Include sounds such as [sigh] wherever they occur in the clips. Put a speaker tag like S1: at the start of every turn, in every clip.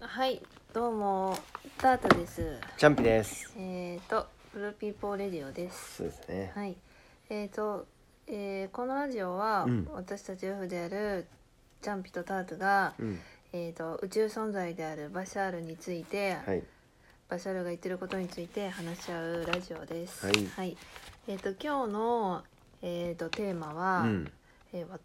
S1: はい、どうも、タートです。
S2: チャンピです。
S1: えっ、と、ブルーピーポーレディオです。
S2: そうですね。
S1: はい、えっ、と、えーこのラジオは、
S2: うん
S1: 私たち夫婦である。ジャンピとタートが、
S2: うん、
S1: えっ、と、宇宙存在であるバシャールについて、
S2: はい、
S1: バシャールが言ってることについて話し合うラジオです。
S2: はい
S1: えっ、と、今日の、えっ、と、テーマ
S2: う
S1: は、
S2: ん、
S1: えーわ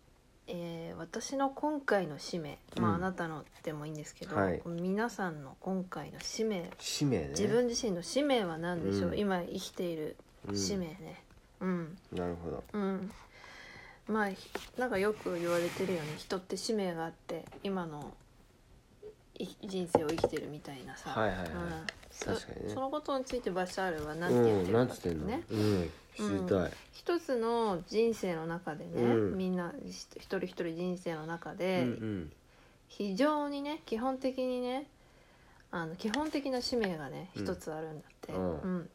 S1: えー私の今回の使命、まあ、
S2: うん
S1: あなたのでもいいんですけど、
S2: はい
S1: 皆さんの今回の使命、
S2: 使命ね。
S1: 自分自身の使命は何でしょう、
S2: うん
S1: 今生きている
S2: うん
S1: 使命ねうん
S2: なるほど。
S1: うん、まあひなんかよく言われてるよね人って使命があって今のい人生を生きてるみたいなさ、
S2: はいはいはい
S1: うんそ
S2: 確かにね
S1: そのことについてバシャールは何て言っ
S2: う
S1: て
S2: ん、
S1: る
S2: な
S1: か
S2: んつ
S1: っ
S2: ってて
S1: いうん
S2: の
S1: ね。
S2: うん、知りたい。
S1: 一つの人生の中でね、
S2: うん
S1: みんなひ一人一人人生の中で、
S2: うん、
S1: 非常にね基本的にねあの基本的な使命がね
S2: うん
S1: 一つあるんだって、
S2: うん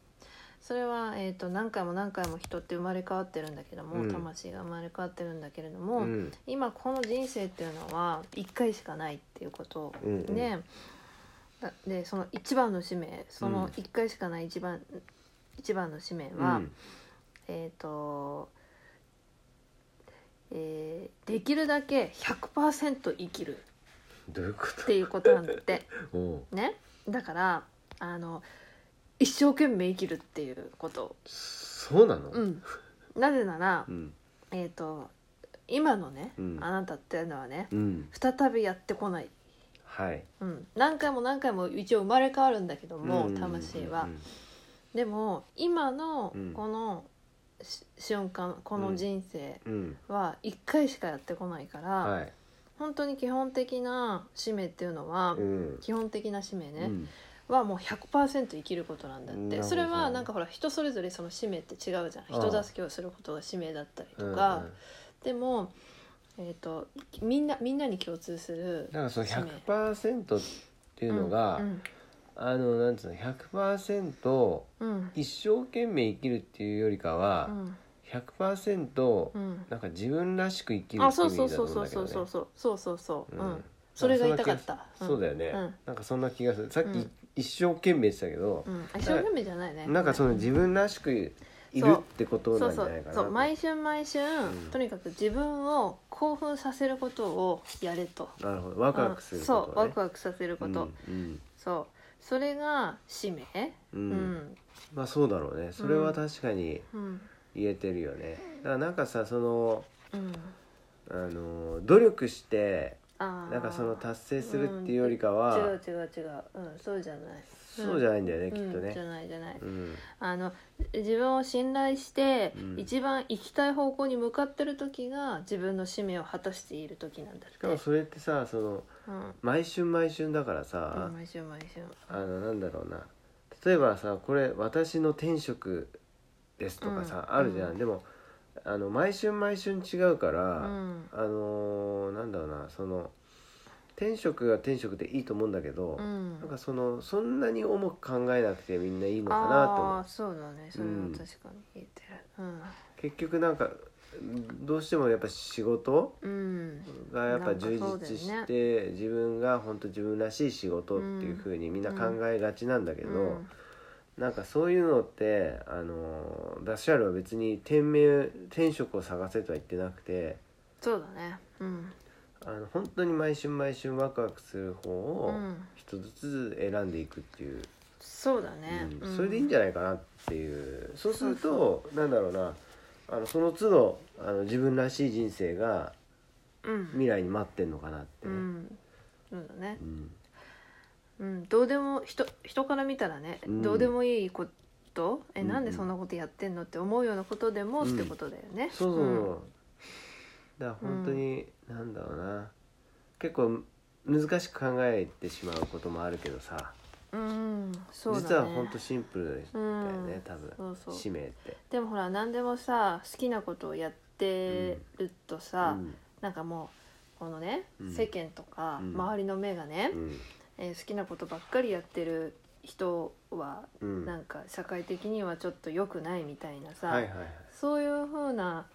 S1: それは、えー、と何回も何回も人って生まれ変わってるんだけども、
S2: うん
S1: 魂が生まれ変わってるんだけれども、
S2: うん、うん、
S1: 今この人生っていうのは1回しかないっていうことを
S2: うん、うん
S1: ね、だでその一番の使命その1回しかない一番、一番の使命は、
S2: うん
S1: えっ、と、えーできるだけ100%生きる
S2: どういうこ
S1: っていうことなんだって
S2: と。おう
S1: ねだからあの一生懸命生きるっていうこと
S2: そうなの。
S1: う、んなぜなら、
S2: うん、
S1: えっ、と今のね、
S2: うん
S1: あなたっていうのはね
S2: うん、
S1: 再びやってこない、
S2: はい。
S1: うん、何回も何回も一応生まれ変わるんだけども、
S2: ん
S1: 魂は、。でも今の
S2: うん
S1: このし瞬間この人生
S2: うん、うん
S1: は1回しかやってこないから、
S2: はい。
S1: 本当に基本的な使命っていうのは、
S2: うん。
S1: 基本的な使命ね、
S2: うん
S1: はもう100%生きることなんだっ
S2: な
S1: て
S2: るほど
S1: それはなんかほら人それぞれその使命って違うじゃん
S2: ああ
S1: 人助けをすることが使命だったりとか、
S2: うんうん
S1: でも、えー、とみんなみんなに共通する
S2: だからその100%っていうのが、
S1: うん
S2: あのなんつうの100%
S1: うん
S2: 一生懸命生きるっていうよりか
S1: う
S2: は、
S1: ん
S2: 100%、
S1: うん
S2: なんか自分らしく生きる
S1: あ
S2: ってい
S1: そうう
S2: 意味
S1: そうそ
S2: だ
S1: う
S2: と思
S1: そうそうそうそうそうそうそ
S2: んだけどね
S1: う
S2: うん
S1: うんそれが言いたかった
S2: そうだよね、
S1: うん
S2: なんかそんな気がするさっき、
S1: うん
S2: 一生懸命してたけど
S1: う、ん、一生懸命じゃないね
S2: なんかその自分らしくいるってこと
S1: そ
S2: な
S1: うん
S2: じ
S1: そ
S2: ゃないうかな
S1: そう毎春毎春、
S2: ん
S1: とにかく自分を興奮させることをやれと
S2: なるほどワクワクすること、ね
S1: うんそうワクワクさせること、
S2: うん
S1: そうそれが使命う
S2: うんうん
S1: ん
S2: まあそうだろうねそれは確かに
S1: うん
S2: 言えてるよねだからなんかさその
S1: うん
S2: あの努力して
S1: あー
S2: なんかその達成するっていうよりかは、
S1: 違う違う違ううんそうじゃない
S2: そうじゃ
S1: ない
S2: ないんだよね、きっと
S1: じゃ
S2: ね
S1: ないじゃない
S2: うん
S1: あの自分を信頼して
S2: うん
S1: 一番行きたい方向に向かってる時が自分の使命を果たしている時なんだっ
S2: してかもそれってさその毎春毎春だから
S1: うん
S2: さ、
S1: 毎週毎週
S2: あのなんだろうな例えばさこれ私の天職ですとかさ、
S1: うん
S2: あるじゃん、
S1: うん
S2: でもあの毎春毎春違うから、
S1: うん
S2: あのーなんだろうなその天職が天職でいいと思うんだけど、
S1: うん
S2: なんかそのそんなに重く考えなくてみんないいのかなと
S1: あ
S2: 思
S1: あ
S2: う
S1: ーそうだねそれは確かに言えてる
S2: 結局なんかどうしてもやっぱ仕事
S1: うん
S2: がやっぱ充
S1: なんかそう
S2: 実し
S1: だよ
S2: て、自分が本当自分らしい仕事っていう風にみんな考えがちなんだけ
S1: う
S2: ど、
S1: んうん
S2: なんかそういうのってあのダッシュアルは別に転名転職を探せとは言ってなくて
S1: そうだねうん
S2: あの本当に毎春毎春ワクワクする方
S1: う
S2: を
S1: ん
S2: 一つずつ選んでいくっていう、
S1: そうだね
S2: うんそれでいいんじ
S1: ゃ
S2: ゃないかなっていうそうするとなんだろうなあのその都度あの自分らしい人生が
S1: うん
S2: 未来に待ってんのかなって
S1: う
S2: ね。
S1: んそうだね
S2: うん
S1: うん、どうでも人人から見たらね、
S2: うん
S1: どうでもいいことえ
S2: うんうん
S1: なんでそんなことやってんのって思うようなことでも
S2: う
S1: っ
S2: ん
S1: てことだよね。
S2: そうそうそう、
S1: ん
S2: だから本当に、なんだろうな結構難しく考えてしまうこともあるけどさ、
S1: うんそうだね、
S2: 実は本当シンプルだよね、
S1: うん
S2: 多分
S1: そうそう
S2: 使命って
S1: でもほら何でもさ好きなことをやってるとさ、
S2: うん
S1: なんかもうこのね、
S2: うん
S1: 世間とか
S2: うん
S1: 周りの目がね、
S2: うん
S1: えー好きなことばっかりやってる人は
S2: うん
S1: なんか社会的にはちょっと良くないみたいなさ、
S2: はいはいはい
S1: そういうふうな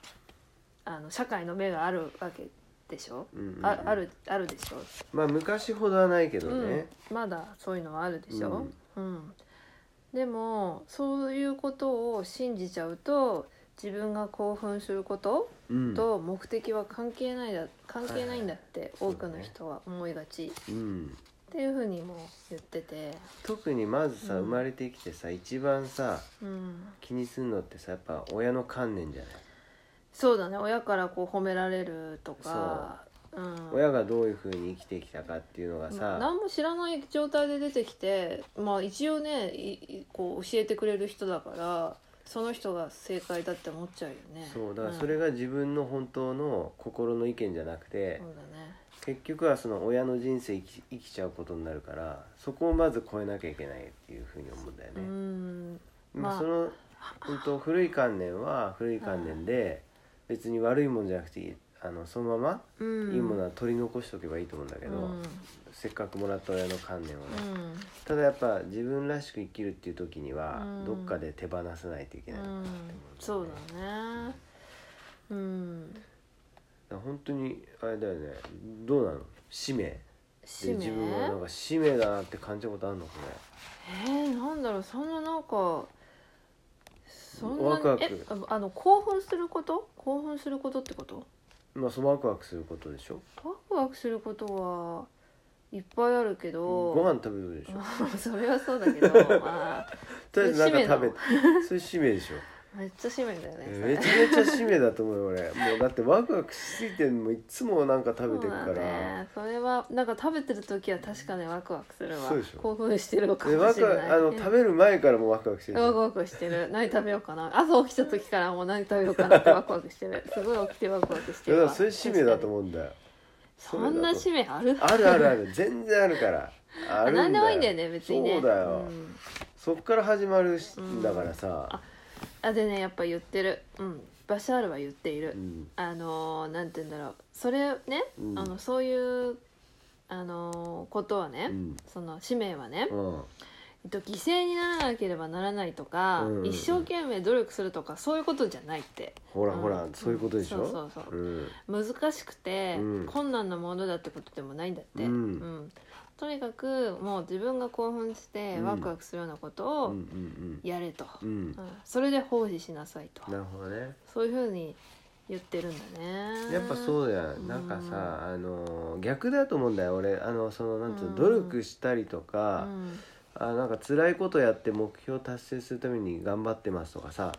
S1: あの社会の目があるわけでしょ、
S2: うんうんうん
S1: ああるあるでしょ、
S2: まあ昔ほどはないけど
S1: うん
S2: ね、、
S1: まだそういうのはあるでしょ、うんでもそういうことを信じちゃうと自分が興奮すること
S2: うん
S1: と目的は関係ないだ関係ないんだって
S2: はい
S1: 多くの人は思いがち、
S2: うん
S1: っていうふうにも言ってて、
S2: 特にまずさ、
S1: うん
S2: 生まれてきてさ一番さ
S1: うん、
S2: 気にするのってさやっぱ親の観念じゃない、
S1: そうだね親からこう褒められるとかう、ん、
S2: 親がどういうふうに生きてきたかっていうの
S1: ま
S2: が
S1: あ
S2: さ、
S1: 何も知らない状態で出てきてまあ一応ねいいこう教えてくれる人だからその人が正解だって思っちゃうよね
S2: そうだから
S1: ん
S2: それが自分の本当の心の意見じゃなくて、
S1: そうだね
S2: 結局はその親の人生生き生きちゃうことになるからそこをまず超えなきゃいけないっていうふうに思うんだよ
S1: う
S2: ね。
S1: ん
S2: ま
S1: ま
S2: あ、
S1: あ
S2: その本当古い観念は古い観念で別に悪いもんじゃなくていいあのそのま
S1: うん
S2: まいいものは取り残しておけばいいと思うんだけど、
S1: うん
S2: せっかくもらった親の観念をね、ただやっぱ自分らしく生きるっていう時には
S1: うん
S2: どっかで手放さないといけ
S1: う
S2: ない
S1: ん
S2: のかなって思うんだよね
S1: そうだねうん
S2: だから本当にあれだよねどうなの使命
S1: 使命
S2: で自分はなんか使命だなって感じたことあるのこれ
S1: えー、なんだろうそんななんかそんなに
S2: ワクワク
S1: えああの興奮すること興奮することってこと
S2: まあそのワクワクすることでしょ
S1: ワクワクすることはいっぱいあるけど
S2: ご飯食べることで
S1: [laughs]
S2: しょ
S1: それはそうだけど、
S2: [laughs]
S1: まあ、
S2: とりあえずなんか
S1: そ
S2: 食
S1: れ
S2: べてそ
S1: [laughs]
S2: れ使命でしょ
S1: めっちゃ使命だよねそれ
S2: めちゃめちゃ使命だと思うよ俺もうだってワクワクしすぎてんのもいつもなんか食べてく
S1: そ
S2: か
S1: うだ
S2: ら
S1: ねそれはなんか食べてる時は確かにワクワクするわ
S2: そうでしょ
S1: 興奮してるのか
S2: で
S1: も
S2: ワ
S1: しれ
S2: クワ
S1: な
S2: ク
S1: い
S2: あの食べる前からもうワクワクしてるじゃ
S1: ワ
S2: ん
S1: クワクしてる何食べようかな朝起きた時からもう何食べようかなってワクワクしてるすごい起きてワクワクして
S2: だ
S1: る
S2: か
S1: わ
S2: らそれ使命だと思うんだよ
S1: 確かにそんな使命ある
S2: あるあるある全然あるからあるんだよ
S1: 何でもいいんだよね別にね
S2: そうだよ、
S1: ん
S2: そっから始まるし
S1: うん
S2: だからさ、
S1: あでねやっぱ言ってるうんバシャールは言っている、
S2: うん
S1: あのーなんて言うんだろうそれね、
S2: うん
S1: あのそういうあのーことはね、
S2: うん
S1: その使命はね、
S2: うん
S1: えっと、犠牲にならなければならないとか、
S2: うん
S1: 一生懸命努力するとかそういうことじゃないって
S2: ほらほら、
S1: うん
S2: そういうことでし
S1: そ
S2: ょ、
S1: うそうそう
S2: うん
S1: 難しくて、
S2: うん
S1: 困難なものだってことでもないんだって、
S2: うん
S1: んとにかくもう自分が興奮して
S2: うん
S1: ワクワクするようなこ
S2: う
S1: とを
S2: んうん
S1: やれと、
S2: うんうん
S1: うんそれで奉仕しなさいと
S2: なるほどね
S1: そういうふうに言ってるんだね
S2: やっぱそうだよ
S1: うん
S2: なんかさあの逆だと思うんだよ俺あのそのなんつう
S1: うん
S2: の努力したりとか、
S1: うん
S2: あなんか辛いことやって目標達成するために頑張ってますとかさ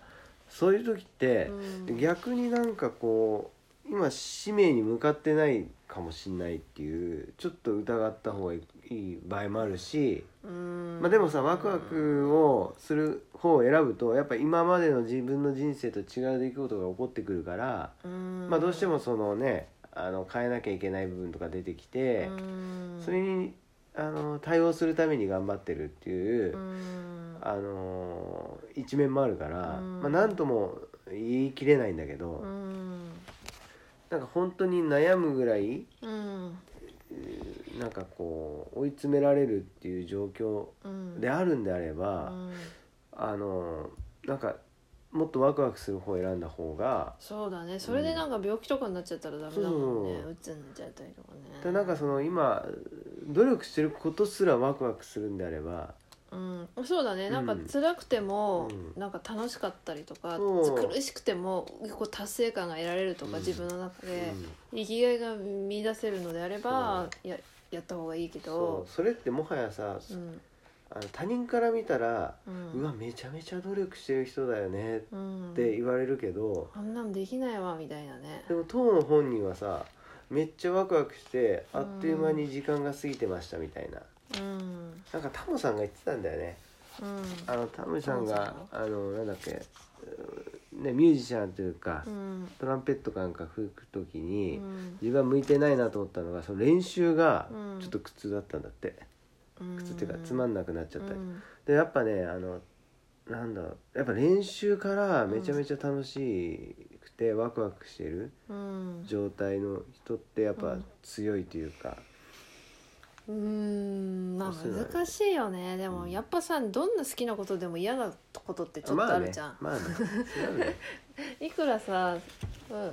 S2: そういう時って、
S1: うん
S2: 逆になんかこう今使命に向かってないかもしんないっていうちょっと疑った方がいい場合もあるし、
S1: うん
S2: まあ、でもさワクワクをする方を選ぶとやっぱ今までの自分の人生と違う出来事が起こってくるから、
S1: うん
S2: まあ、どうしてもそのねあの変えなきゃいけない部分とか出てきて、
S1: うん
S2: それにあの対応するために頑張ってるっていう。
S1: うん
S2: あのー一面もあるから、
S1: うん
S2: まあ、何とも言い切れないんだけど、
S1: うん
S2: なんか本当に悩むぐらい
S1: うん
S2: なんかこう追い詰められるっていう状況
S1: うん
S2: であるんであれ
S1: う
S2: ば、
S1: ん
S2: あのーなんかもっとワクワクする方を選んだ方が、
S1: そうだねそれでなんか病気とかになっちゃったらダメだもんね
S2: そう
S1: うつになっちゃったりとかね
S2: でなんかその今努力してることすらワクワクするんであれば
S1: うん、そうだねなんか
S2: うん
S1: 辛くても、
S2: うん
S1: なんか楽しかったりとか
S2: そう
S1: 苦しくてもこう達成感が得られるとか、
S2: うん
S1: 自分の中で
S2: うん
S1: 生きがいが見出せるのであればややった方がいいけ
S2: そ
S1: ど
S2: うそれってもはやさ、
S1: うん
S2: あの他人から見たら、
S1: う
S2: うんわめちゃめちゃ努力してる人だよねっ
S1: うん
S2: て言われるけど、
S1: あんなんできないわみたいなね
S2: でも当の本人はさめっちゃワクワクしてあっという間に時間が過ぎてましたみたいな、
S1: うん
S2: なんかタモさんが言ってたんだよね
S1: うん
S2: あのタモさんが
S1: タモ
S2: あのなんだっけ、うーね、ミュージシャンというか、
S1: うん
S2: トランペットかなんか吹く時に、
S1: うん
S2: 自分は向いてないなと思ったのがその練習が
S1: うん
S2: ちょっと苦痛だったんだって、苦痛っていうかつ
S1: っ
S2: まんなくなっち
S1: ち
S2: ゃったり、
S1: うん
S2: でやっぱねあのなんだろうやっぱ練習からめちゃめちゃ楽しくて、ワクワクしてる
S1: うん
S2: 状態の人ってやっ
S1: う
S2: ぱ
S1: ん
S2: 強いというか、
S1: うーんまあ難しいよねでもやっぱさどんな好きなことでも嫌なことってちょっとあるじゃん、
S2: まあねまあねそれはね
S1: いくらさ、うん、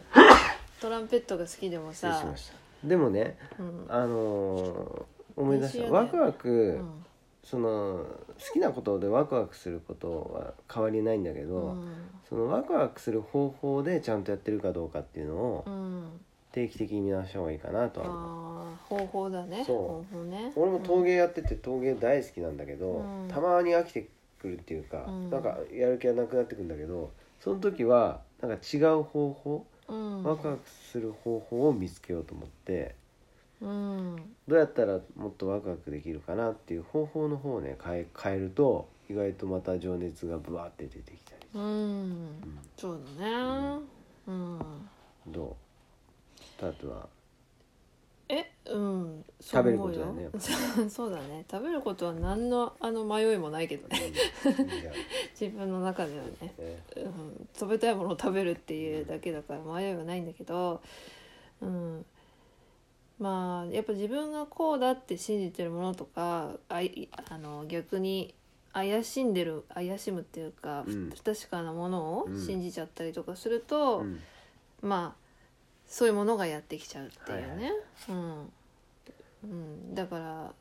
S1: トランペットが好きでも
S2: 失礼
S1: [laughs] さ
S2: しましたでもね
S1: うん
S2: あのー思い出し
S1: 練習
S2: た
S1: やね
S2: ワクワク、
S1: うん
S2: その好きなことでワクワクすることは変わりないんだけど、
S1: うん
S2: そのワクワクする方法でちゃんとやってるかどうかっていうのを
S1: うん
S2: 定期的に見直した方がいいかなとは思う、
S1: あー方法だね
S2: そう
S1: 方法ね
S2: 俺も陶芸やってて陶芸大好きなんだけど、
S1: うん
S2: たまに飽きてくるっていうか、
S1: うん
S2: なんかやる気がなくなってくるんだけどその時はなんか違う方法、
S1: うん
S2: ワクワクする方法を見つけようと思って
S1: うん
S2: どうやったらもっとワクワクできるかなっていう方法の方をね変え変えると意外とまた情熱がブワーって出てきたり、
S1: うん
S2: うん
S1: そうだねうん
S2: どうあとは
S1: えうんそう
S2: 食べる
S1: 思
S2: こ
S1: う
S2: とだよ
S1: よ
S2: ね
S1: [laughs] そうだね食べることは何のあの迷いもない
S2: [laughs]
S1: けど [laughs] ね
S2: うんいいじゃん
S1: 自分の中ではね
S2: ね
S1: うん、食べたいものを食べるっていうだけだから迷いはないんだけど、うん、まあやっぱ自分がこうだって信じてるものとかあいあの逆に怪しんでる怪しむっていうか、ふ
S2: うん
S1: 不確かなものを
S2: うん
S1: 信じちゃったりとかすると、
S2: うん
S1: まあそういうものがやってきちゃうっていうね、
S2: はいは
S1: うんうん、だから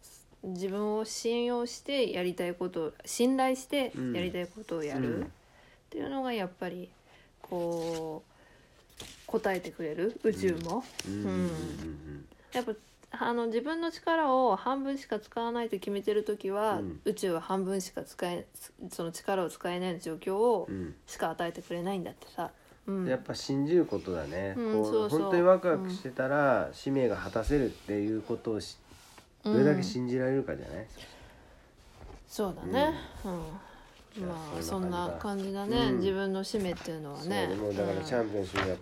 S1: 自分を信用してやりたいことを信頼して
S2: うん
S1: やりたいことをや
S2: う
S1: る
S2: ん
S1: っていうのがやっぱりこう答えてくれる宇宙も、
S2: うんうんうん
S1: やっぱあの自分の力を半分しか使わないと決めてる時は、
S2: うん
S1: 宇宙は半分しか使えその力を使えない状況を
S2: うん
S1: しか与えてくれないんだってさ。う
S2: うん
S1: ん、
S2: やっぱ信じることだね、
S1: うん
S2: こう
S1: そうそう
S2: 本当にワクワクしてたら、使命が果たせるっていうことをしどれだけ信じられるかじゃない、
S1: そうだね、うん
S2: じゃあ
S1: まあ
S2: そ
S1: そ
S2: ん
S1: ん
S2: な
S1: な
S2: 感
S1: 感じだね、
S2: うん
S1: 自分の使命っていうのは
S2: そう
S1: ね
S2: でもだからチャンピオンシップが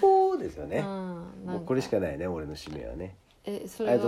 S2: ポーですよね、
S1: うんうんなん
S2: もうこれしかないね俺の使命はね
S1: えそ
S2: あ
S1: れは
S2: りがと